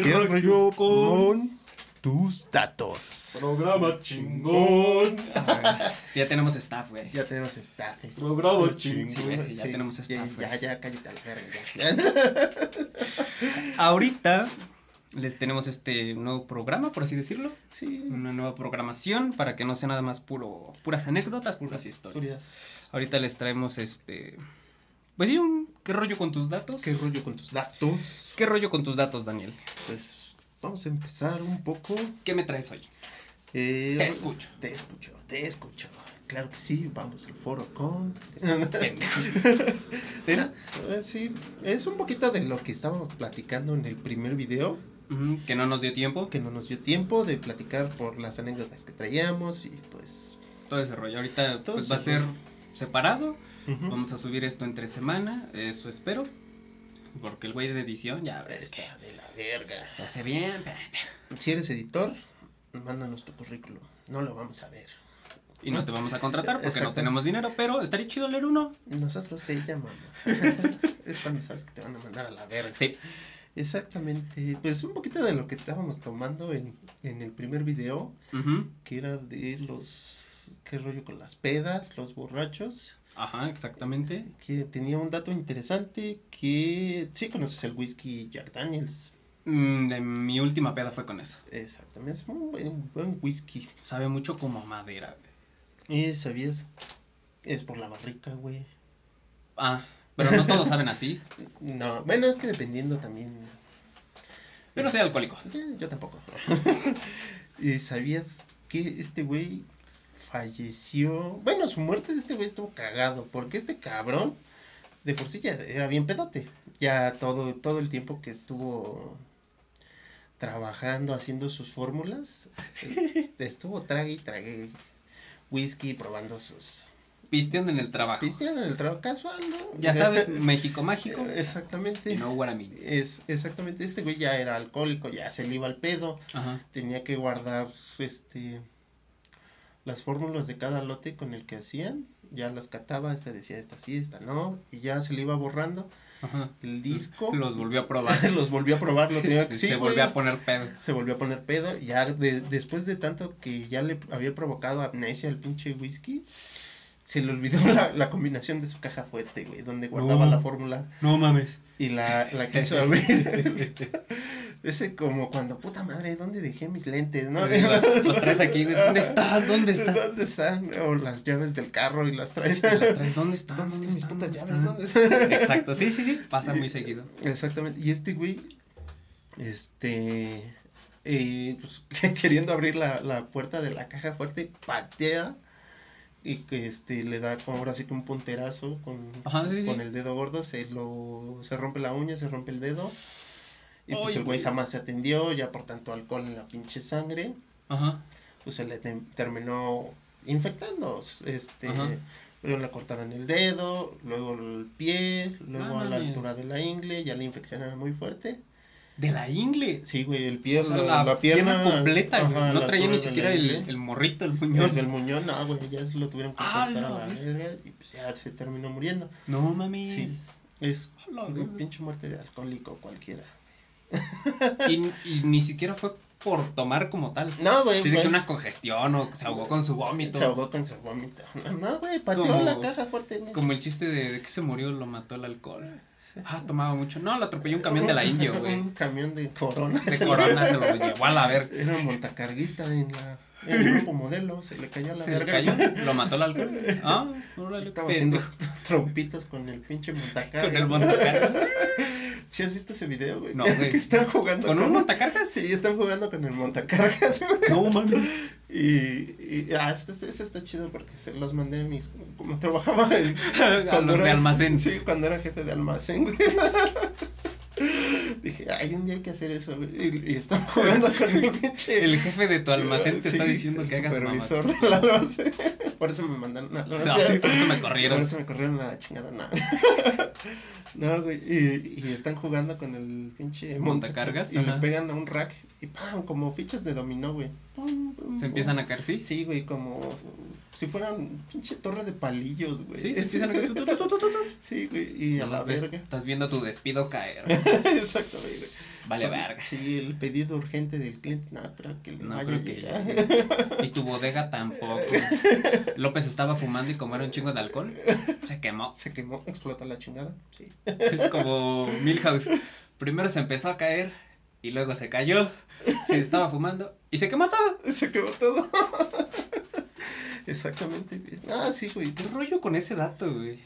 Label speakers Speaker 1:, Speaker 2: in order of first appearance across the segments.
Speaker 1: ¿Qué rollo
Speaker 2: rollo con
Speaker 1: con tus datos?
Speaker 2: programa chingón.
Speaker 3: Es que ya tenemos staff, güey.
Speaker 1: Ya tenemos staffes.
Speaker 2: Programa
Speaker 3: Sí,
Speaker 2: chingón.
Speaker 3: güey, ya tenemos staff,
Speaker 1: Ya,
Speaker 3: güey.
Speaker 1: ya, cállate al verga. ya.
Speaker 3: Ahorita les tenemos este nuevo programa, por así decirlo.
Speaker 1: sí,
Speaker 3: Una nueva programación para que no sea nada más puro puras anécdotas, puras historias.
Speaker 1: historias.
Speaker 3: Ahorita les traemos este. Pues sí, un. ¿Qué rollo con tus datos?
Speaker 1: ¿Qué rollo con tus datos?
Speaker 3: ¿Qué rollo con tus datos, Daniel?
Speaker 1: Pues vamos a empezar un poco.
Speaker 3: ¿Qué me traes hoy?
Speaker 1: eh,
Speaker 3: Te escucho.
Speaker 1: Te escucho, te escucho. Claro que sí, vamos al foro con.
Speaker 3: Pendejo.
Speaker 1: Ah, eh, Sí, es un poquito de lo que estábamos platicando en el primer video,
Speaker 3: Ujú, Que no nos dio tiempo.
Speaker 1: que no nos dio tiempo de platicar por las anécdotas que traíamos y pues...
Speaker 3: Todo ese rollo. Ahorita
Speaker 1: Todo
Speaker 3: pues,
Speaker 1: ese
Speaker 3: va a ser
Speaker 1: rollo.
Speaker 3: separado.
Speaker 1: Vamos
Speaker 3: Vamos a subir esto entre semana, eso espero. Porque el güey de edición ya
Speaker 1: a...
Speaker 3: ves que
Speaker 1: Está de la verga.
Speaker 3: se hace bien. pero-
Speaker 1: Si eres editor, mándanos tu currículum. No lo vamos a ver.
Speaker 3: Y no te vamos a contratar porque no
Speaker 1: Exacto.
Speaker 3: tenemos dinero, pero estaría chido leer uno.
Speaker 1: Nosotros te llamamos. es cuando sabes que te van a mandar a la verga.
Speaker 3: Sí.
Speaker 1: Exactamente. Pues un poquito de lo que estábamos tomando en, en el primer video,
Speaker 3: Ujú.
Speaker 1: que era de los... ¿Qué rollo con las pedas? Los borrachos.
Speaker 3: Ajá, exactamente.
Speaker 1: que tenía un dato interesante que sí conoces el whisky Jack Daniels.
Speaker 3: Mm, de mi última peda fue con eso.
Speaker 1: Exactamente, es un buen, buen whisky.
Speaker 3: Sabe mucho como a madera. güey.
Speaker 1: Y sabías, es por la barrica, güey.
Speaker 3: Ah, pero no todos saben así.
Speaker 1: No, bueno, es que dependiendo también.
Speaker 3: Yo no soy alcohólico.
Speaker 1: Eh, Yo tampoco. y sabías que este güey falleció. Bueno, su muerte de este güey estuvo cagado, porque este cabrón de por sí ya era bien pedote. Ya todo, todo el tiempo que estuvo trabajando, haciendo sus fórmulas, eh, estuvo trague y trague whisky probando sus...
Speaker 3: Pisteando en el trabajo.
Speaker 1: Pisciando en el trabajo casual, ¿no?
Speaker 3: Ya sabes, México mágico.
Speaker 1: Eh, Exactamente.
Speaker 3: Y no Guaramí.
Speaker 1: Es, exactamente, este güey ya era alcohólico, ya se le iba al pedo
Speaker 3: Ajá.
Speaker 1: tenía que guardar este las fórmulas de cada lote con el que hacían, ya las cataba, esta decía esta sí, esta no, y ya se le iba borrando
Speaker 3: Ajá.
Speaker 1: el disco,
Speaker 3: Los volvió a probar.
Speaker 1: los volvió a probar, lo tenía que sí,
Speaker 3: Se
Speaker 1: güey,
Speaker 3: volvió a poner pedo.
Speaker 1: se volvió a poner pedo, y ya de- después de tanto que ya le había provocado amnesia al pinche whisky, se le olvidó la, la combinación de su caja fuerte, güey, donde guardaba
Speaker 3: No.
Speaker 1: la fórmula
Speaker 3: No mames.
Speaker 1: y la, la quiso abrir. Ese como cuando, puta madre, ¿dónde dejé mis lentes? ¿no?
Speaker 3: Los los traes aquí, güey. ¿Dónde están? ¿Dónde están?
Speaker 1: ¿Dónde están? O las llaves del carro y las traes.
Speaker 3: Te las traes, ¿Dónde están?
Speaker 1: ¿Dónde están mis putas
Speaker 3: ¿Dónde
Speaker 1: llaves?
Speaker 3: están?
Speaker 1: ¿Dónde están?
Speaker 3: Exacto, sí, sí, sí. Pasa muy seguido.
Speaker 1: Exactamente. Y este güey, este, eh, pues, queriendo abrir la, la puerta de la caja fuerte, patea y que este le da como ahora sí que un punterazo con,
Speaker 3: Ajá, sí, sí.
Speaker 1: con el dedo gordo, se lo, se rompe la uña, se rompe el dedo. Y pues
Speaker 3: Ay,
Speaker 1: el güey
Speaker 3: güey.
Speaker 1: jamás se atendió, ya por tanto alcohol en la pinche sangre.
Speaker 3: Ajá.
Speaker 1: pues se le tem- terminó infectando. Este,
Speaker 3: Ajá.
Speaker 1: luego le cortaron el dedo, luego el pie, luego
Speaker 3: Ah,
Speaker 1: a la
Speaker 3: mames.
Speaker 1: altura de la ingle, ya la infección era muy fuerte.
Speaker 3: De la ingle.
Speaker 1: Sí, güey, el pie,
Speaker 3: O sea,
Speaker 1: la,
Speaker 3: la,
Speaker 1: la
Speaker 3: pierna,
Speaker 1: pierna,
Speaker 3: completa, güey.
Speaker 1: ajá, a
Speaker 3: No
Speaker 1: la
Speaker 3: traía ni
Speaker 1: altura de
Speaker 3: siquiera
Speaker 1: la
Speaker 3: el,
Speaker 1: ingle.
Speaker 3: el morrito, el muñón.
Speaker 1: Desde el muñón, no, güey, ya se lo tuvieron que
Speaker 3: Ah,
Speaker 1: cortar a
Speaker 3: la
Speaker 1: la verga y pues ya se terminó muriendo.
Speaker 3: No mames.
Speaker 1: Sí. Es
Speaker 3: Hola,
Speaker 1: una
Speaker 3: Ah, güey.
Speaker 1: pinche muerte de alcohólico cualquiera.
Speaker 3: Y, y ni siquiera fue por tomar como tal.
Speaker 1: No, güey,
Speaker 3: Sí, de
Speaker 1: fue-
Speaker 3: que una congestión o que se ahogó con su vómito.
Speaker 1: se ahogó con su vómito. No, güey, pateó
Speaker 3: Como-
Speaker 1: la caja fuerte, güey.
Speaker 3: Como el chiste de, de que se murió, lo mató el alcohol. Ah, tomaba mucho. No, lo atropelló un camión de la indio, güey.
Speaker 1: Un camión de corona.
Speaker 3: De corona se lo llevó a la verga.
Speaker 1: Era montacarguista en la en el grupo modelo, se le cayó a la
Speaker 3: Se le
Speaker 1: verga.
Speaker 3: cayó, lo mató el alcohol. Ah, órale,
Speaker 1: Estaba
Speaker 3: pendejo.
Speaker 1: haciendo trompitos con el pinche montacargas.
Speaker 3: Con el montacargas.
Speaker 1: ¿Sí has visto ese video, güey?
Speaker 3: No, güey.
Speaker 1: Que están jugando
Speaker 3: ¿Con un montacargas?
Speaker 1: Sí, están jugando con el montacargas, güey.
Speaker 3: No mames.
Speaker 1: Y, y ah, este, este- este está chido porque se los mandé a mis como trabajaba en,
Speaker 3: A los de
Speaker 1: era-
Speaker 3: almacén.
Speaker 1: Sí, cuando era jefe de almacén, güey. Dije, ay, un día hay que hacer eso, güey. Y, y están jugando con el pinche
Speaker 3: El jefe de tu almacén te
Speaker 1: Sí,
Speaker 3: está diciendo que hagas mamá.
Speaker 1: supervisor del almacén. Por eso me mandaron. No, no,
Speaker 3: No,
Speaker 1: sé.
Speaker 3: sí, por eso me
Speaker 1: Por
Speaker 3: corrieron.
Speaker 1: eso me corrieron a la chingada, no. no, güey. Y, y están jugando con el pinche
Speaker 3: Montacargas,
Speaker 1: Y le
Speaker 3: ajá.
Speaker 1: pegan a un rack y ¡pam! Como fichas de dominó, güey. Pum, pum,
Speaker 3: Se
Speaker 1: pum.
Speaker 3: empiezan a caer, sí. Sí,
Speaker 1: Sí, güey, como si fueran pinche torre de palillos, güey.
Speaker 3: sí, se empiezan a caer. tu, tu, tu, tu, tu, tu.
Speaker 1: Sí, güey, y a
Speaker 3: Nada
Speaker 1: la
Speaker 3: más ves-
Speaker 1: verga.
Speaker 3: Estás viendo tu despido caer.
Speaker 1: Exactamente, güey.
Speaker 3: Vale, verga.
Speaker 1: Sí, el pedido urgente del cliente, no creo que le
Speaker 3: No creo
Speaker 1: vaya a
Speaker 3: que
Speaker 1: llegar.
Speaker 3: Y tu bodega tampoco. López estaba fumando y como era un chingo de alcohol, se quemó.
Speaker 1: Se quemó, explotó la chingada. Sí.
Speaker 3: Como Milhouse. Primero se empezó a caer y luego se cayó. Se estaba fumando y se quemó todo.
Speaker 1: Se quemó todo. Exactamente. güey. Ah, sí, güey.
Speaker 3: ¿Qué rollo con ese dato, güey?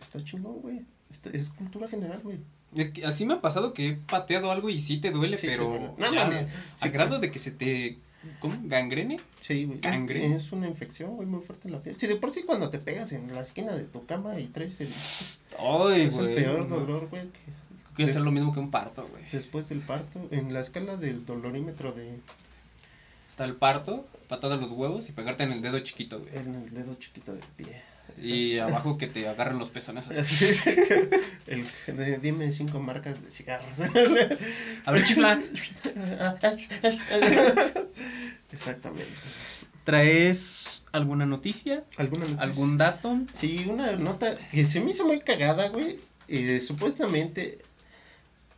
Speaker 1: Está chingón, güey. Está- es cultura general, güey.
Speaker 3: Es que Así me ha pasado que he pateado algo y sí te duele,
Speaker 1: Sí,
Speaker 3: pero.
Speaker 1: te duele. No
Speaker 3: ya,
Speaker 1: mames.
Speaker 3: a
Speaker 1: Sí,
Speaker 3: grado de que se te. ¿Cómo? ¿Gangrene?
Speaker 1: Sí, güey. Es,
Speaker 3: Cangre.
Speaker 1: es una infección, güey, muy fuerte en la piel. Sí, de por sí cuando te pegas en la esquina de tu cama y traes el,
Speaker 3: Ay,
Speaker 1: es el
Speaker 3: güey.
Speaker 1: peor
Speaker 3: no.
Speaker 1: dolor, güey, que
Speaker 3: Quiero hacer lo mismo que un parto, güey.
Speaker 1: después del parto, en la escala del dolorímetro de
Speaker 3: Está el parto, patada a los huevos y pegarte en el dedo chiquito, güey.
Speaker 1: en el dedo chiquito del pie.
Speaker 3: Y abajo que te agarren los pezones así.
Speaker 1: El, de- dime cinco marcas de cigarros.
Speaker 3: A ver, chifla.
Speaker 1: Exactamente.
Speaker 3: ¿Traes alguna noticia?
Speaker 1: ¿Alguna noticia?
Speaker 3: ¿Algún dato?
Speaker 1: Sí, una nota que se me hizo muy cagada, güey. Eh, supuestamente,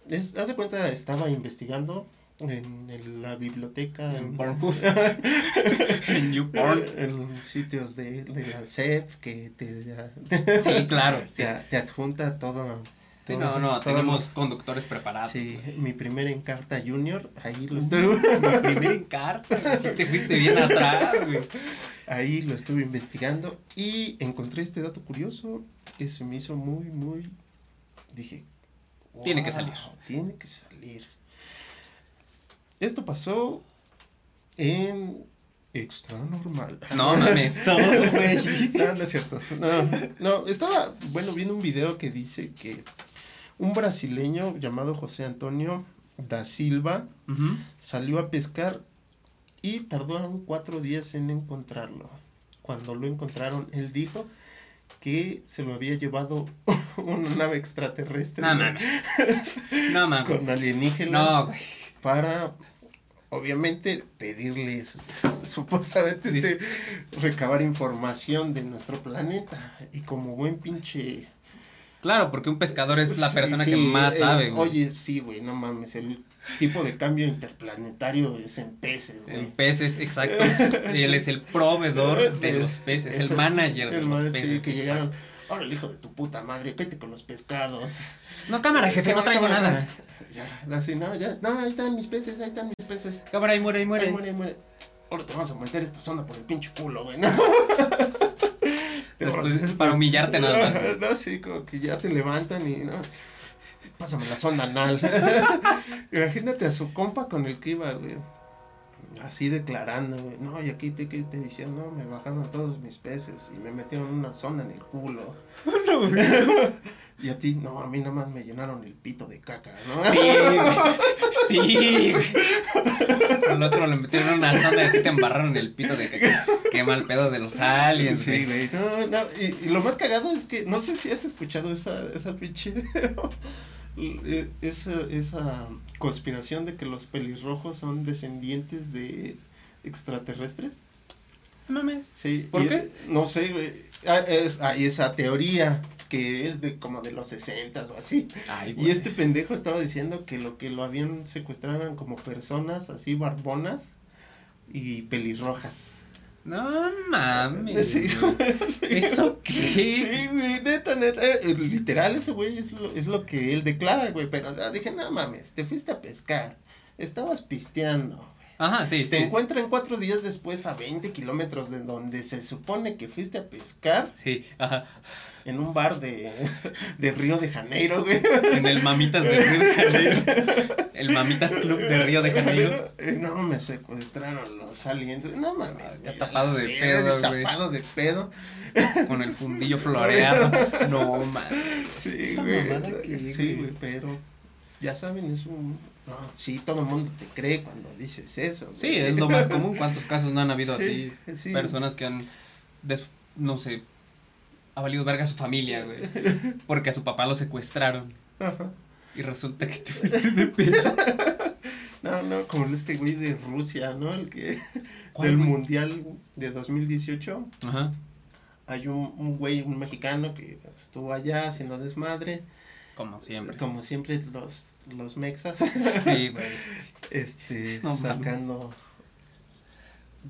Speaker 1: es, hace cuenta, estaba investigando en, el- la biblioteca. Eh,
Speaker 3: En Pornhub. Mm. En YouPorn.
Speaker 1: en sitios de, de la SEP que te,
Speaker 3: Sí, claro. Sí.
Speaker 1: te, te adjunta todo.
Speaker 3: Sí, no, no,
Speaker 1: todo-
Speaker 3: tenemos conductores preparados.
Speaker 1: Sí, mi primer encarta junior, ahí lo estuve,
Speaker 3: Mi primer encarta, güey, sí te fuiste bien atrás, güey.
Speaker 1: ahí lo estuve investigando y encontré este dato curioso que se me hizo muy, muy, dije,
Speaker 3: Tiene que
Speaker 1: "Wow,
Speaker 3: salir".
Speaker 1: tiene que salir. Esto pasó en extra normal. Ah,
Speaker 3: No mames, no, güey.
Speaker 1: No, no es cierto. No, no, estaba, bueno, viendo un video que dice que un brasileño llamado José Antonio da Silva
Speaker 3: Ujú.
Speaker 1: salió a pescar y tardaron cuatro días en encontrarlo. Cuando lo encontraron, él dijo que se lo había llevado una nave extraterrestre
Speaker 3: No mames. No mames.
Speaker 1: con alienígenas
Speaker 3: No, güey.
Speaker 1: para, obviamente, pedirle su- su- supuestamente este, recabar información de nuestro planeta. Y como buen pinche... pues,
Speaker 3: Claro, porque un pescador es la
Speaker 1: Sí,
Speaker 3: persona
Speaker 1: sí,
Speaker 3: que más
Speaker 1: eh,
Speaker 3: sabe, güey.
Speaker 1: Oye, sí, güey, no mames, el tipo de cambio interplanetario es en peces, güey.
Speaker 3: En peces, exacto. Él es el proveedor de
Speaker 1: Es-
Speaker 3: los peces,
Speaker 1: es
Speaker 3: el manager de
Speaker 1: el
Speaker 3: los
Speaker 1: manager, sí,
Speaker 3: peces.
Speaker 1: que
Speaker 3: exacto.
Speaker 1: llegaron. Ahora el hijo de tu puta madre, cállate con los pescados.
Speaker 3: No, cámara, jefe, no traigo
Speaker 1: Cámara,
Speaker 3: nada.
Speaker 1: cámara. Ya, así, no, ya. No, ahí están mis peces, ahí están mis peces.
Speaker 3: Cámara, ahí muere, ahí
Speaker 1: Ahí
Speaker 3: muere.
Speaker 1: muere, ahí muere. Ahora te vamos a meter esta zona por el pinche culo, güey. ¿no? Te
Speaker 3: Después,
Speaker 1: vas-
Speaker 3: para humillarte nada más.
Speaker 1: Ajá,
Speaker 3: güey.
Speaker 1: No, sí, como que ya te levantan y no. Pásame la zona anal. Imagínate a su compa con el que iba, güey. Así declarando, güey. No, y aquí te, que te decían, no, me bajaron todos mis peces y me metieron una zona en el culo. y a ti, no, a mí nada más me llenaron el pito de caca, ¿no?
Speaker 3: Sí, güey. Sí, güey. Al otro le metieron una sonda y a ti te embarraron el pito de que qué mal pedo de los aliens,
Speaker 1: Sí,
Speaker 3: güey.
Speaker 1: güey. No, no, y, y lo más cagado es que no sé si has escuchado esa, esa pinche eh, esa, esa conspiración de que los pelirrojos son descendientes de extraterrestres.
Speaker 3: No mames.
Speaker 1: Sí.
Speaker 3: ¿Por
Speaker 1: y-
Speaker 3: qué?
Speaker 1: No sé, güey. Ah, es- hay esa teoría que es de como de los 60 o así.
Speaker 3: Ay, güey.
Speaker 1: Y este pendejo estaba diciendo que lo que lo habían secuestrado eran como personas así barbonas y pelirrojas.
Speaker 3: No mames.
Speaker 1: Sí,
Speaker 3: güey.
Speaker 1: sí.
Speaker 3: ¿Eso qué?
Speaker 1: Sí, güey, neta, neta. eh, eh, literal, ese güey es lo, es lo que él declara, güey. Pero ah, dije, no mames, te fuiste a pescar. Estabas pisteando.
Speaker 3: Ajá, sí,
Speaker 1: Te
Speaker 3: sí.
Speaker 1: encuentran cuatro días después a 20 kilómetros de donde se supone que fuiste a pescar
Speaker 3: Sí, ajá.
Speaker 1: en un bar de, de Río de Janeiro, güey.
Speaker 3: En el Mamitas de Río de Janeiro. El Mamitas Club de Río de Janeiro.
Speaker 1: Eh, No, me secuestraron los aliens. No mames.
Speaker 3: Ah, ya
Speaker 1: güey,
Speaker 3: tapado
Speaker 1: la
Speaker 3: de
Speaker 1: verga,
Speaker 3: pedo, güey.
Speaker 1: Tapado de pedo.
Speaker 3: Con el fundillo floreado. No mames.
Speaker 1: Sí,
Speaker 3: Esa
Speaker 1: güey.
Speaker 3: mamada que,
Speaker 1: Sí,
Speaker 3: güey.
Speaker 1: güey, pero ya saben, es un. No, sí, todo el mundo te cree cuando dices eso. güey.
Speaker 3: Sí, es lo más común. ¿Cuántos casos no han habido
Speaker 1: Sí,
Speaker 3: así?
Speaker 1: sí.
Speaker 3: Personas que han des- no sé, ha valido verga a su familia, güey. Porque a su papá lo secuestraron.
Speaker 1: Ajá.
Speaker 3: Y resulta que te fuiste de pedo.
Speaker 1: No, no, como este güey de Rusia, ¿no? El que
Speaker 3: ¿Cuál,
Speaker 1: del
Speaker 3: güey?
Speaker 1: Mundial de 2018.
Speaker 3: Ajá.
Speaker 1: Hay un, un güey, un mexicano que estuvo allá haciendo desmadre.
Speaker 3: Como siempre.
Speaker 1: Como siempre, los, los mexas.
Speaker 3: Sí, güey.
Speaker 1: este,
Speaker 3: No mames.
Speaker 1: sacando.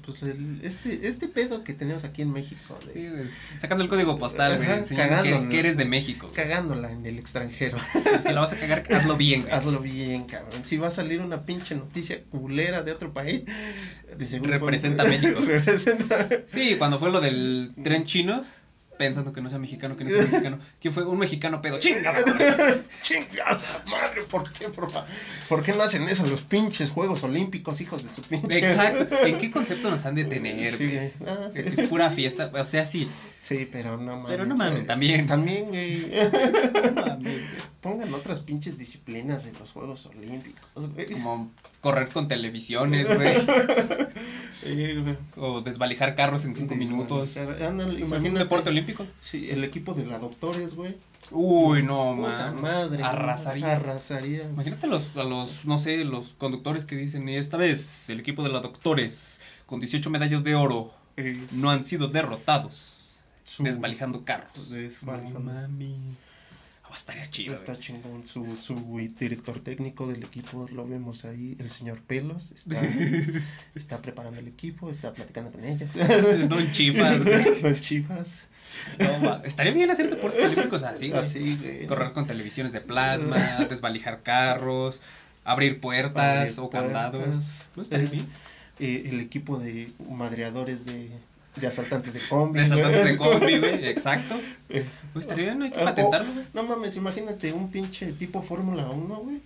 Speaker 1: Pues el- este, este pedo que tenemos aquí en México, de,
Speaker 3: Sí, güey. Sacando el código postal, güey.
Speaker 1: Ajá,
Speaker 3: enseñando que,
Speaker 1: cagándonos.
Speaker 3: que eres de México. güey.
Speaker 1: cagándola en el extranjero.
Speaker 3: Si, si la vas a cagar, hazlo bien, güey.
Speaker 1: Hazlo bien, cabrón. Si va a salir una pinche noticia culera de otro país, de seguro. fue-
Speaker 3: Representa a México.
Speaker 1: Representa.
Speaker 3: Sí, cuando fue lo del tren chino, pensando que no sea mexicano, que no sea mexicano. ¿Quién fue? Un mexicano pedo. ¡Chingada! madre!
Speaker 1: Chingada madre, ¿por qué, por, fa- ¿por qué no hacen eso los pinches Juegos Olímpicos, hijos de su pinche?
Speaker 3: Exacto. ¿En qué concepto nos han de tener,
Speaker 1: Sí,
Speaker 3: güey?
Speaker 1: güey. Ah, sí.
Speaker 3: Es pura fiesta, o sea, sí.
Speaker 1: Sí, pero no mames.
Speaker 3: Pero no mames,
Speaker 1: eh,
Speaker 3: también.
Speaker 1: También, güey.
Speaker 3: No mames, güey.
Speaker 1: Pongan otras pinches disciplinas en los Juegos Olímpicos, güey.
Speaker 3: Como correr con televisiones, güey.
Speaker 1: Eh, güey.
Speaker 3: O desvalijar carros en cinco minutos.
Speaker 1: Ándale,
Speaker 3: ¿Es ¿Un deporte
Speaker 1: imagínate.
Speaker 3: olímpico?
Speaker 1: Sí, el equipo de la doctores, güey.
Speaker 3: Uy, no,
Speaker 1: Puta
Speaker 3: man.
Speaker 1: madre. güey.
Speaker 3: Arrasaría.
Speaker 1: Arrasaría.
Speaker 3: Imagínate a los, a los, no sé, los conductores que dicen, "Y esta vez el equipo de los doctores, con 18 medallas de oro,
Speaker 1: Es
Speaker 3: no han sido derrotados,
Speaker 1: su-
Speaker 3: desvalijando carros.
Speaker 1: Desvalijando.
Speaker 3: No mami. Oh, estaría chido.
Speaker 1: Está
Speaker 3: eh.
Speaker 1: chingón su, su director técnico del equipo, lo vemos ahí, el señor Pelos, está, está preparando el equipo, está platicando con ellos.
Speaker 3: No en chifas, güey.
Speaker 1: Son chifas.
Speaker 3: No, ma- estaría bien hacer deportes olímpicos así, güey.
Speaker 1: Así, güey.
Speaker 3: Correr con televisiones de plasma, desvalijar carros, abrir puertas
Speaker 1: Abrir
Speaker 3: o
Speaker 1: puertas.
Speaker 3: candados. No estaría
Speaker 1: Eh,
Speaker 3: bien.
Speaker 1: Eh, el equipo de madreadores de, de asaltantes de combi.
Speaker 3: De asaltantes de
Speaker 1: güey.
Speaker 3: combi, güey. Exacto.
Speaker 1: Eh.
Speaker 3: No estaría bien, hay que
Speaker 1: Ah, o-
Speaker 3: patentarlo, güey.
Speaker 1: No mames, imagínate un pinche tipo Fórmula 1, güey.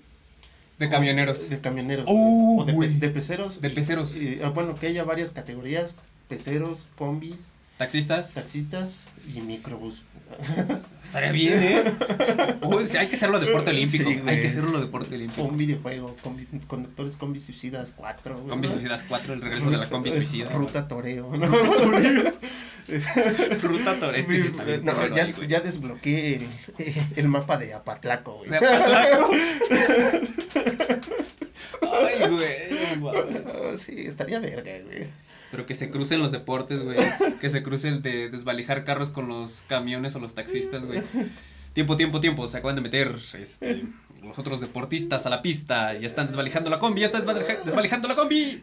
Speaker 3: De camioneros.
Speaker 1: De camioneros.
Speaker 3: Oh,
Speaker 1: güey. o de,
Speaker 3: güey.
Speaker 1: pe- de peceros.
Speaker 3: De peceros.
Speaker 1: Eh, ah, bueno, que haya varias categorías, peceros, combis,
Speaker 3: Taxistas.
Speaker 1: taxistas y microbús.
Speaker 3: Estaría bien, ¿eh? Uy, sí, hay que hacerlo deporte olímpico.
Speaker 1: Sí,
Speaker 3: hay
Speaker 1: güey.
Speaker 3: que hacerlo deporte olímpico.
Speaker 1: Un videojuego, combi- conductores combi suicidas 4. güey.
Speaker 3: Combi Suicidas 4, el regreso de la combi
Speaker 1: Eh,
Speaker 3: suicida.
Speaker 1: Ruta toreo. ¿no?
Speaker 3: Ruta Torres. que Este sí está bien.
Speaker 1: No,
Speaker 3: culero ahí,
Speaker 1: ya,
Speaker 3: güey.
Speaker 1: ya desbloqueé el, el mapa de Apatlaco, güey.
Speaker 3: De Apatlaco. Ay, güey. no mames.
Speaker 1: Ah, sí, estaría verga, güey.
Speaker 3: Pero que se crucen los deportes, güey. Que se cruce el de desvalijar carros con los camiones o los taxistas, güey. Tiempo, tiempo, tiempo. Se acaban de meter este, los otros deportistas a la pista. Ya están desvalijando la combi. Ya están desvalija- desvalijando la combi.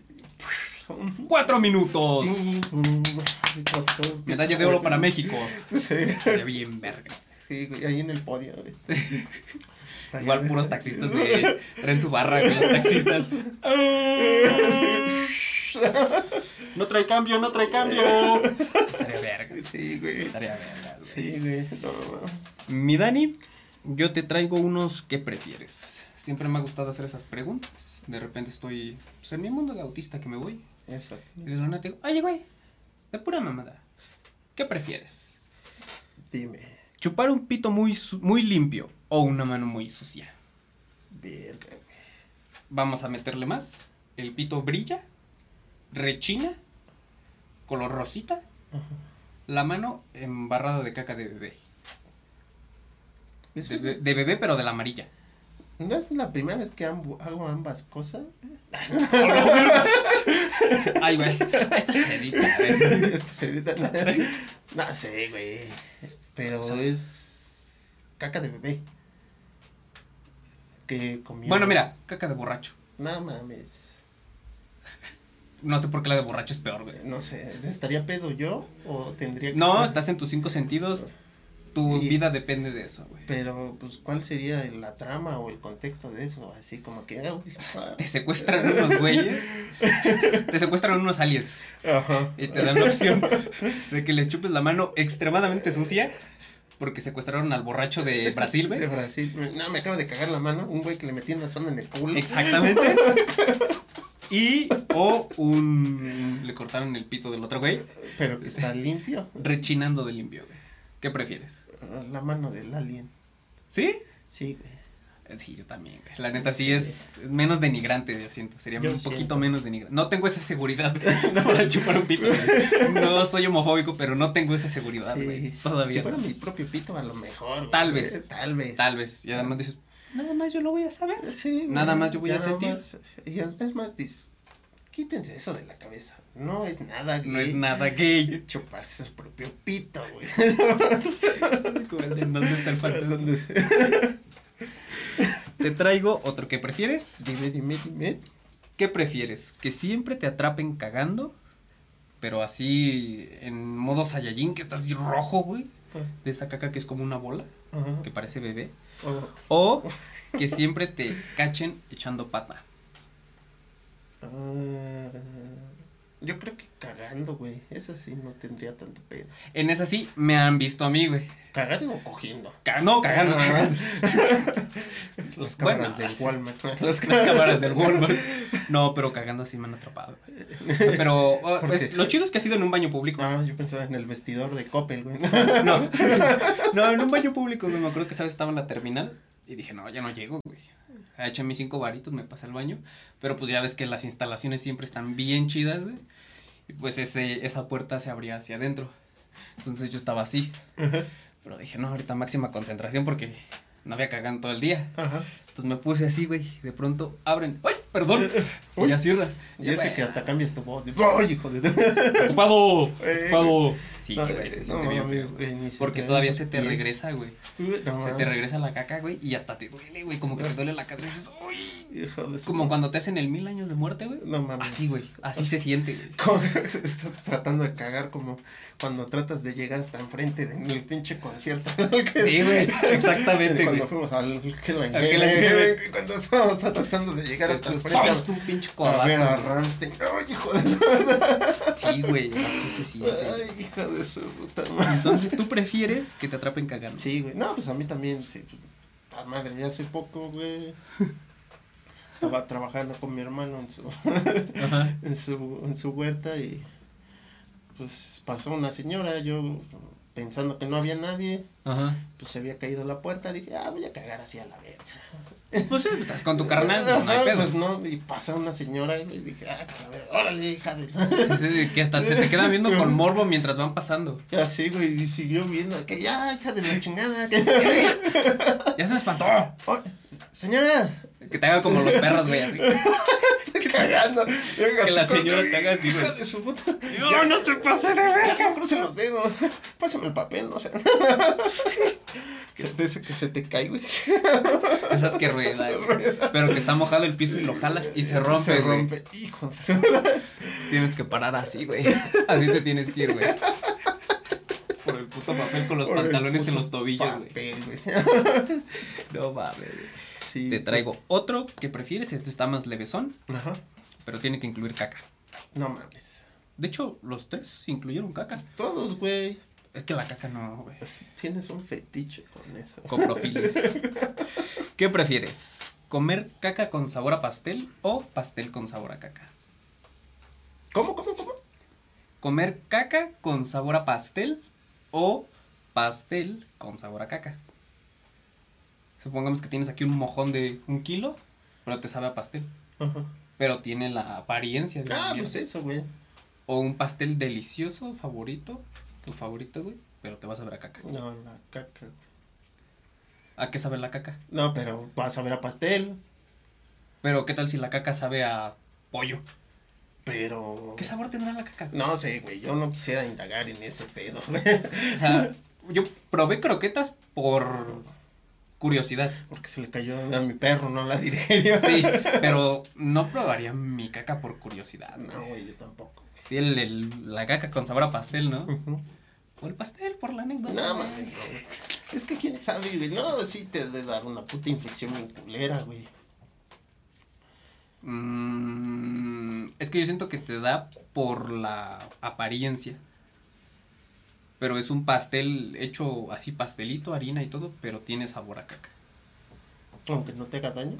Speaker 3: Cuatro minutos.
Speaker 1: Sí, mm, sí, por todo.
Speaker 3: Medalla de oro para México.
Speaker 1: Sí,
Speaker 3: Estaría bien, verga.
Speaker 1: sí, güey, ahí en el podio, güey. Estaría
Speaker 3: Igual
Speaker 1: verga.
Speaker 3: puros taxistas de traen su barra con los taxistas. No trae cambio, no trae cambio. Estaría verga.
Speaker 1: Sí, güey.
Speaker 3: Estaría verga. güey.
Speaker 1: Sí, güey. No, no.
Speaker 3: Mi Dani, yo te traigo unos que prefieres. Siempre me ha gustado hacer esas preguntas. De repente estoy pues, en mi mundo de autista que me voy.
Speaker 1: Exacto.
Speaker 3: Y de la nada te digo, oye, güey, de pura mamada. ¿Qué prefieres?
Speaker 1: Dime.
Speaker 3: ¿Chupar un pito muy, su- muy limpio o una mano muy sucia?
Speaker 1: Verga, güey.
Speaker 3: Vamos a meterle más. El pito brilla, rechina, color rosita,
Speaker 1: Ajá.
Speaker 3: la mano embarrada de caca de bebé.
Speaker 1: Es
Speaker 3: De,
Speaker 1: una-
Speaker 3: be- de bebé, pero de la amarilla.
Speaker 1: No es la primera vez que ambu- hago ambas cosas.
Speaker 3: Ay, güey. Esto es edita, güey.
Speaker 1: Este se edita, no, No sé, güey. Pero
Speaker 3: O sea,
Speaker 1: es caca de bebé. Que comió.
Speaker 3: Bueno, mira, caca de borracho.
Speaker 1: No mames.
Speaker 3: No sé por qué la de borracho es peor, güey.
Speaker 1: No sé, ¿estaría pedo yo o tendría que-
Speaker 3: No, estás en tus cinco sentidos. Tu
Speaker 1: Y-
Speaker 3: vida depende de eso, güey.
Speaker 1: Pero, pues, ¿cuál sería la trama o el contexto de eso? Así como que... ah,
Speaker 3: Te secuestran unos güeyes. Te secuestran unos aliens.
Speaker 1: Ajá.
Speaker 3: Y te dan la opción de que les chupes la mano extremadamente sucia. Porque secuestraron al borracho de Brasil,
Speaker 1: De
Speaker 3: güey.
Speaker 1: Brasil. No, me acabo de cagar la mano. Un güey que le metí una sonda en el culo.
Speaker 3: Exactamente. Y o un... Le cortaron el pito del otro güey.
Speaker 1: Pero que está limpio.
Speaker 3: Rechinando de limpio, güey. ¿Qué prefieres?
Speaker 1: La mano del alien.
Speaker 3: ¿Sí?
Speaker 1: Sí, güey.
Speaker 3: Sí, yo también, güey. La neta sí, es, es menos denigrante, yo siento. Sería
Speaker 1: Yo
Speaker 3: un poquito
Speaker 1: siento.
Speaker 3: menos denigrante. No tengo esa seguridad para chupar un pito, güey. No soy homofóbico, pero no tengo esa seguridad, güey.
Speaker 1: Sí. Si
Speaker 3: Todavía.
Speaker 1: fuera mi propio pito, a lo mejor. güey.
Speaker 3: Tal vez.
Speaker 1: Tal vez.
Speaker 3: Tal vez. Y además dices, nada más yo lo voy a saber.
Speaker 1: Sí, güey,
Speaker 3: Nada más yo voy
Speaker 1: ya
Speaker 3: a
Speaker 1: nada
Speaker 3: sentir.
Speaker 1: más- y es más, dices, quítense eso de la cabeza. No es nada gay.
Speaker 3: No es nada gay.
Speaker 1: Chuparse su propio pito, güey.
Speaker 3: Como el de, ¿En dónde está el fantasma?
Speaker 1: ¿Dónde?
Speaker 3: Te traigo otro. ¿Qué prefieres?
Speaker 1: Dime, dime, dime.
Speaker 3: ¿Qué prefieres? ¿Que siempre te atrapen cagando? Pero así en modo Saiyajin, que estás rojo, güey. De esa caca que es como una bola,
Speaker 1: Ajá.
Speaker 3: que parece bebé.
Speaker 1: Oh,
Speaker 3: O que siempre te cachen echando pata.
Speaker 1: ah, yo creo que cagando, güey. Eso sí no tendría tanto pedo.
Speaker 3: En esa sí me han visto a mí, güey.
Speaker 1: Cagar o cogiendo.
Speaker 3: Ca- no, cagando.
Speaker 1: Ah, las
Speaker 3: Bueno,
Speaker 1: cámaras del Walmart. Las,
Speaker 3: Las cámaras del Walmart. No, pero cagando así me han atrapado. güey. Pero oh,
Speaker 1: ¿Por
Speaker 3: pues,
Speaker 1: qué?
Speaker 3: lo chido es que ha sido en un baño público.
Speaker 1: Ah, yo pensaba en el vestidor de Coppel, güey.
Speaker 3: No, no, en un baño público, güey, me acuerdo que, ¿sabes? Estaba en la terminal y dije, no, ya no llego, güey. Ah, Eché mis cinco varitos, me pasé al baño, pero pues ya ves que las instalaciones siempre están bien chidas, güey. Y pues ese, esa puerta se abría hacia adentro. Entonces yo estaba así. Pero dije, no, ahorita máxima concentración porque no había cagado en todo el día.
Speaker 1: Ajá.
Speaker 3: Entonces me puse así, güey. y De pronto abren. ¡Ay, perdón! Y
Speaker 1: Uy.
Speaker 3: ya cierra.
Speaker 1: Y eso que
Speaker 3: bueno,
Speaker 1: hasta cambias tu voz. de, ¡Ay, hijo de...
Speaker 3: ¡Ocupado!
Speaker 1: Eh,
Speaker 3: ¡Ocupado! Sí,
Speaker 1: No,
Speaker 3: güey, se
Speaker 1: eh,
Speaker 3: siente
Speaker 1: no
Speaker 3: bien
Speaker 1: mames,
Speaker 3: feo,
Speaker 1: güey, ni se
Speaker 3: Porque
Speaker 1: te
Speaker 3: todavía
Speaker 1: ve
Speaker 3: se te
Speaker 1: bien.
Speaker 3: regresa, güey.
Speaker 1: No,
Speaker 3: Se te
Speaker 1: mames.
Speaker 3: regresa la caca, güey, y hasta te duele, güey, como que te duele la cabeza. dices, "Uy".
Speaker 1: Hijo de su-
Speaker 3: Como cuando te hacen el mil años de muerte, güey.
Speaker 1: No mames.
Speaker 3: Así, güey, así se siente, güey.
Speaker 1: Como que Estás tratando de cagar como cuando tratas de llegar hasta enfrente del pinche concierto.
Speaker 3: Sí, güey, exactamente, güey.
Speaker 1: Cuando fuimos al que la
Speaker 3: Al que la nieve.
Speaker 1: nieve, Cuando estábamos tratando de llegar hasta el frente.
Speaker 3: Estás un pinche
Speaker 1: a- A ver a
Speaker 3: codazo. güey.
Speaker 1: Rammstein. Ay, hijo de su.
Speaker 3: Sí, güey, así se siente. güey.
Speaker 1: Ay, hijo de su puta madre.
Speaker 3: Entonces, ¿tú prefieres que te atrapen cagando?
Speaker 1: Sí, güey. No, pues a mí también, sí. Pues, puta madre, ya hace poco, güey. Estaba trabajando con mi hermano en su,
Speaker 3: Ajá.
Speaker 1: en su, en su huerta y pues pasó una señora, yo pensando que no había nadie,
Speaker 3: Ajá.
Speaker 1: pues se había caído la puerta, dije, ah, voy a cagar así a la verga.
Speaker 3: Pues sí, estás con tu carnal,
Speaker 1: Ajá,
Speaker 3: no hay pedo.
Speaker 1: Pues no, y pasa una señora y dije, ah, a ver, órale, hija de...
Speaker 3: Sí, Que hasta se te quedan viendo con morbo mientras van pasando.
Speaker 1: Así, güey, y siguió viendo, que ya, hija de la chingada. que-
Speaker 3: Ya se me espantó.
Speaker 1: Oh, señora,
Speaker 3: Que te haga como los perros, güey, así.
Speaker 1: Está cagando. Que
Speaker 3: la señora te haga así, güey.
Speaker 1: Hija de su puta.
Speaker 3: No, no se pase de
Speaker 1: Ya
Speaker 3: verga.
Speaker 1: que me crucen los dedos. Pásame el papel, no sé. Se te dice que se te cae, güey.
Speaker 3: Esas que rueda, güey. Pero que está mojado el piso y lo jalas y se rompe,
Speaker 1: Se
Speaker 3: güey.
Speaker 1: rompe. Hijo de su puta.
Speaker 3: Tienes que parar así, güey. Así te tienes que ir, güey. Por el puto papel con los
Speaker 1: Por el
Speaker 3: pantalones en
Speaker 1: puto
Speaker 3: los tobillos, güey.
Speaker 1: Papel, güey.
Speaker 3: No mames, güey.
Speaker 1: Sí.
Speaker 3: Te traigo otro que prefieres. Este está más levesón,
Speaker 1: Ajá.
Speaker 3: pero tiene que incluir caca.
Speaker 1: No mames.
Speaker 3: De hecho, los tres incluyeron caca.
Speaker 1: Todos, güey.
Speaker 3: Es que la caca no, güey.
Speaker 1: Tienes un fetiche con eso.
Speaker 3: Coprofilia. ¿Qué prefieres? ¿Comer caca con sabor a pastel o pastel con sabor a caca?
Speaker 1: ¿Cómo, cómo, cómo?
Speaker 3: ¿Comer caca con sabor a pastel o pastel con sabor a caca? Supongamos que tienes aquí un mojón de un kilo, pero te sabe a pastel.
Speaker 1: Ajá.
Speaker 3: Pero tiene la apariencia de
Speaker 1: Ah,
Speaker 3: mierda.
Speaker 1: pues eso, güey.
Speaker 3: O un pastel delicioso, favorito, tu favorito, güey, pero te vas a ver a caca.
Speaker 1: No, la caca.
Speaker 3: ¿A qué sabe la caca?
Speaker 1: No, pero vas a ver a pastel.
Speaker 3: Pero ¿qué tal si la caca sabe a pollo?
Speaker 1: Pero.
Speaker 3: ¿Qué sabor tendrá la caca?
Speaker 1: No sé, güey, yo no quisiera indagar en ese pedo, güey.
Speaker 3: O sea, yo probé croquetas por curiosidad.
Speaker 1: Porque se le cayó a mi perro, no la diré yo.
Speaker 3: Sí, pero no probaría mi caca por curiosidad. ¿no?
Speaker 1: No, güey, yo tampoco.
Speaker 3: Sí, el, el- la caca con sabor a pastel, ¿no?
Speaker 1: Ujú.
Speaker 3: O el pastel, por la anécdota.
Speaker 1: No,
Speaker 3: güey.
Speaker 1: mames, no, güey. Es que quién sabe, güey. No, sí te debe dar una puta infección bien culera, güey.
Speaker 3: Mm, es que yo siento que te da por la apariencia. Pero es un pastel hecho así, pastelito, harina y todo, pero tiene sabor a caca.
Speaker 1: Aunque no te haga daño,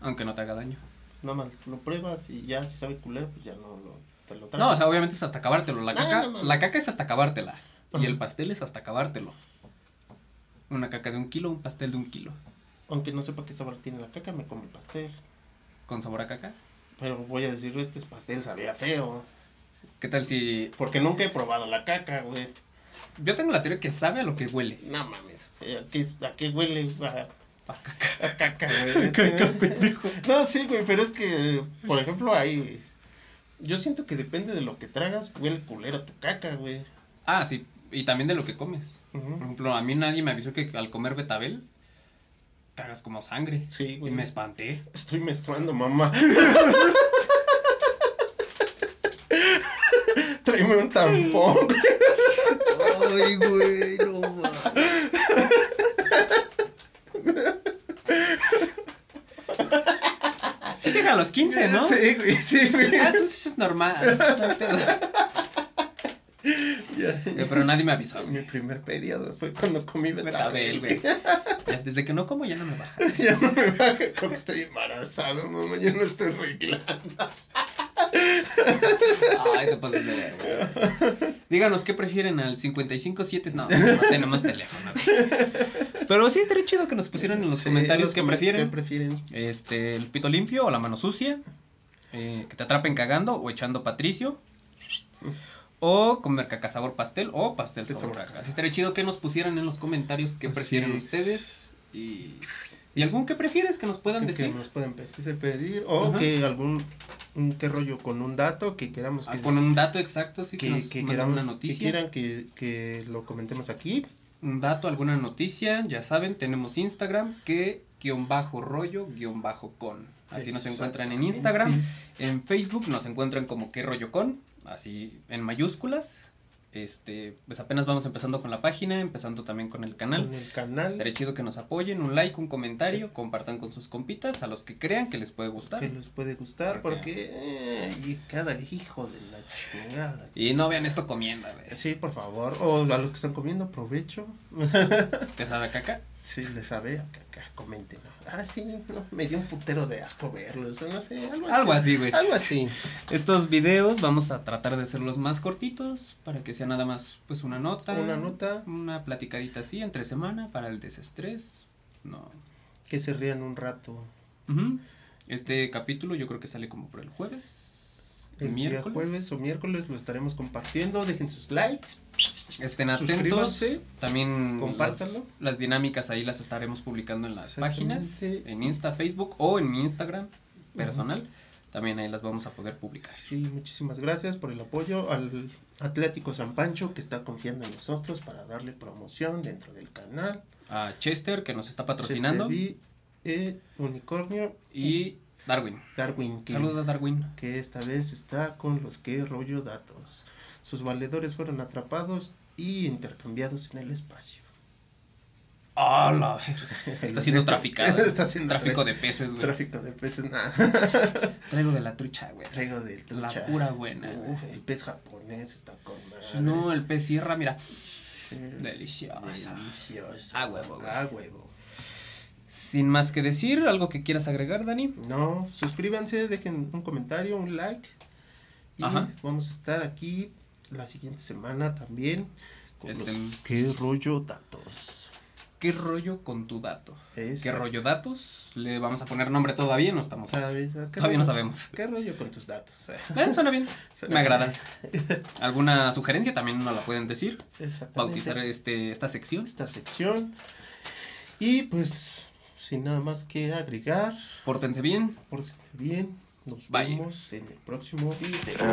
Speaker 3: Aunque no te haga daño.
Speaker 1: nada más lo pruebas y ya si sabe culero, pues ya no lo, te lo
Speaker 3: No, o
Speaker 1: traes.
Speaker 3: sea, obviamente es hasta acabártelo. La
Speaker 1: No,
Speaker 3: caca,
Speaker 1: no mames.
Speaker 3: la caca es hasta acabártela. Y
Speaker 1: Ajá.
Speaker 3: el pastel es hasta acabártelo. Una caca de un kilo, un pastel de un kilo.
Speaker 1: Aunque no sepa qué sabor tiene la caca, me como el pastel.
Speaker 3: ¿Con sabor a caca?
Speaker 1: Pero voy a decir, este es pastel, sabía feo.
Speaker 3: ¿Qué tal si.?
Speaker 1: Porque nunca he probado la caca, güey.
Speaker 3: Yo tengo la teoría que sabe a lo que huele.
Speaker 1: No mames. eh, ¿A qué, es- a qué huele? A,
Speaker 3: A caca.
Speaker 1: a caca, güey.
Speaker 3: Caca, pendejo.
Speaker 1: No, sí, güey, pero es que, por ejemplo, ahí. Yo siento que depende de lo que tragas, huele culero tu caca, güey.
Speaker 3: Ah, sí. Y también de lo que comes. Por
Speaker 1: Ujú.
Speaker 3: ejemplo, a mí nadie me avisó que al comer betabel cagas como sangre.
Speaker 1: Sí,
Speaker 3: Y
Speaker 1: güey.
Speaker 3: me espanté.
Speaker 1: Estoy menstruando, mamá. Tráeme un tampón, güey.
Speaker 3: Ay, güey, no mames. Sí llega a los 15, ¿no?
Speaker 1: Sí, güey, sí, güey.
Speaker 3: Ah, entonces es normal. no hay pedo.
Speaker 1: Ya.
Speaker 3: Eh, Pero nadie me avisó,
Speaker 1: Mi
Speaker 3: güey.
Speaker 1: primer periodo fue cuando comí
Speaker 3: Betabel,
Speaker 1: betabel,
Speaker 3: güey. Ya, Desde que no como ya no me baja.
Speaker 1: Ya no me baja como estoy embarazado, mamá. Ya no estoy arreglada.
Speaker 3: Ay, te pasas de verga. Díganos, ¿qué prefieren al 557? No, no tenemos teléfono. güey. Pero sí estaría chido que nos pusieran en los
Speaker 1: Sí,
Speaker 3: comentarios
Speaker 1: los
Speaker 3: qué
Speaker 1: comen-
Speaker 3: prefieren.
Speaker 1: ¿Qué prefieren?
Speaker 3: Este, el pito limpio o la mano sucia. eh, que te atrapen cagando o echando patricio. O comer caca sabor pastel o pastel
Speaker 1: Pastel
Speaker 3: sabor,
Speaker 1: sabor
Speaker 3: caca. Sí, estaría chido que nos pusieran en los comentarios qué
Speaker 1: Así
Speaker 3: prefieren
Speaker 1: es.
Speaker 3: ustedes. Y, y algún que prefieres que nos puedan
Speaker 1: que, que
Speaker 3: decir.
Speaker 1: nos pueden pe- se pedir o
Speaker 3: Ajá.
Speaker 1: que algún un qué rollo con un dato que queramos
Speaker 3: Ah,
Speaker 1: que,
Speaker 3: Con un dato exacto, sí, que,
Speaker 1: que,
Speaker 3: nos
Speaker 1: que
Speaker 3: manden
Speaker 1: queramos
Speaker 3: una
Speaker 1: que
Speaker 3: noticia.
Speaker 1: quieran que, que lo comentemos aquí
Speaker 3: un dato, alguna noticia, ya saben, tenemos Instagram que guión bajo rollo guión bajo con. Así nos encuentran en Instagram. En Facebook nos encuentran como qué rollo con, así en mayúsculas. Este, pues apenas vamos empezando con la página, empezando también con el canal.
Speaker 1: en el canal
Speaker 3: Estaría chido que nos apoyen, un like, un comentario, compartan con sus compitas, a los que crean que les puede
Speaker 1: que
Speaker 3: gustar.
Speaker 1: les puede gustar
Speaker 3: Porque-
Speaker 1: porque eh, y cada hijo de la chingada
Speaker 3: Y no vean esto comiendo, güey.
Speaker 1: sí por favor o a los que están comiendo provecho
Speaker 3: ¿Te sabe a caca?
Speaker 1: si les sabe acá, acá, comenten ah sí no, me dio un putero de asco verlos no sé algo así
Speaker 3: Algo así, güey.
Speaker 1: algo así
Speaker 3: Estos videos vamos a tratar de hacerlos más cortitos para que sea nada más pues una nota.
Speaker 1: una nota
Speaker 3: Una platicadita así entre semana para el desestrés. No.
Speaker 1: que se rían un rato
Speaker 3: Ujú. Este capítulo yo creo que sale como por el jueves.
Speaker 1: El
Speaker 3: miércoles.
Speaker 1: día jueves o miércoles lo estaremos compartiendo. Dejen sus likes.
Speaker 3: Estén atentos.
Speaker 1: Suscríbanse.
Speaker 3: También
Speaker 1: Compártanlo.
Speaker 3: Las, las dinámicas ahí las estaremos publicando en las páginas.
Speaker 1: Exactamente.
Speaker 3: En Insta, Facebook o en mi Instagram personal. También ahí las vamos a poder publicar.
Speaker 1: Sí, muchísimas gracias por el apoyo al Atlético San Pancho que está confiando en nosotros para darle promoción dentro del canal.
Speaker 3: A Chester que nos está patrocinando.
Speaker 1: Chester B, eh, Unicornio
Speaker 3: Y Darwin.
Speaker 1: Darwin que,
Speaker 3: Saluda Darwin.
Speaker 1: que esta vez está con los que rollo datos. Sus valedores fueron atrapados y intercambiados en el espacio.
Speaker 3: ¡Ah, la verga! Está siendo traficado.
Speaker 1: Está siendo
Speaker 3: Tráfico
Speaker 1: tra-
Speaker 3: de peces, güey.
Speaker 1: tráfico de peces. Nada.
Speaker 3: Traigo de la trucha, güey.
Speaker 1: Traigo de
Speaker 3: La
Speaker 1: trucha.
Speaker 3: pura buena.
Speaker 1: Uf, el pez japonés está con madre.
Speaker 3: No, el pez sierra, mira.
Speaker 1: Sí.
Speaker 3: Deliciosa.
Speaker 1: Delicioso.
Speaker 3: A huevo, güey.
Speaker 1: A huevo.
Speaker 3: Sin más que decir, algo que quieras agregar, Dani.
Speaker 1: No, suscríbanse, dejen un comentario, un like. Y
Speaker 3: Ajá.
Speaker 1: vamos a estar aquí la siguiente semana también. Con
Speaker 3: Este-
Speaker 1: los qué rollo datos.
Speaker 3: ¿Qué rollo con tu dato?
Speaker 1: Es-
Speaker 3: ¿Qué rollo datos? Le vamos a poner nombre todavía, no estamos.
Speaker 1: ¿Sabes? ¿Qué
Speaker 3: Todavía no
Speaker 1: rollo-
Speaker 3: sabemos.
Speaker 1: ¿Qué rollo con tus datos?
Speaker 3: Eh, suena bien,
Speaker 1: Suena-
Speaker 3: me agrada. ¿Alguna sugerencia también nos la pueden decir?
Speaker 1: Exactamente.
Speaker 3: Bautizar este, esta sección.
Speaker 1: esta sección. Y pues, sin nada más que agregar,
Speaker 3: Pórtense bien.
Speaker 1: por ser bien, nos
Speaker 3: Bye.
Speaker 1: vemos en el próximo video.